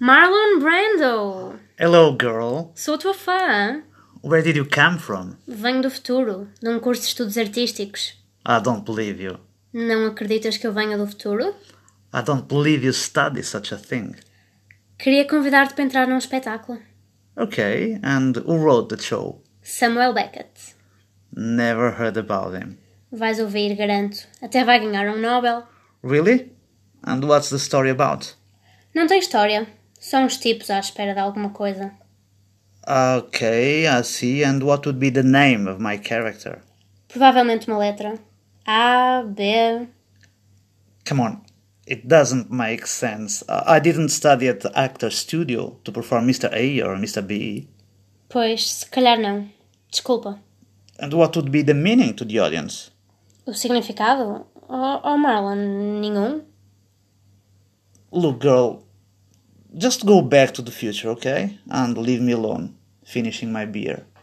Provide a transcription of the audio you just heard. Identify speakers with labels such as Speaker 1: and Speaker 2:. Speaker 1: Marlon Brando!
Speaker 2: Hello, girl.
Speaker 1: Sou tua fã!
Speaker 2: Where did you come from?
Speaker 1: Venho do futuro, de um curso de estudos artísticos.
Speaker 2: I don't believe you.
Speaker 1: Não acreditas que eu venha do futuro?
Speaker 2: I don't believe you study such a thing.
Speaker 1: Queria convidar-te para entrar num espetáculo.
Speaker 2: Okay, and who wrote the show?
Speaker 1: Samuel Beckett.
Speaker 2: Never heard about him.
Speaker 1: Vais ouvir, garanto. Até vai ganhar um Nobel.
Speaker 2: Really? And what's the story about?
Speaker 1: Não tem história. São uns tipos à espera de alguma coisa.
Speaker 2: Okay, I see. And what would be the name of my character?
Speaker 1: Provavelmente uma letra. A, B.
Speaker 2: Come on, it doesn't make sense. I I didn't study at the actor studio to perform Mr. A or Mr. B.
Speaker 1: Pois, se calhar não. Desculpa.
Speaker 2: And what would be the meaning to the audience?
Speaker 1: O significado? Oh, oh Marlon, nenhum.
Speaker 2: Look, girl, just go back to the future, okay? And leave me alone, finishing my beer.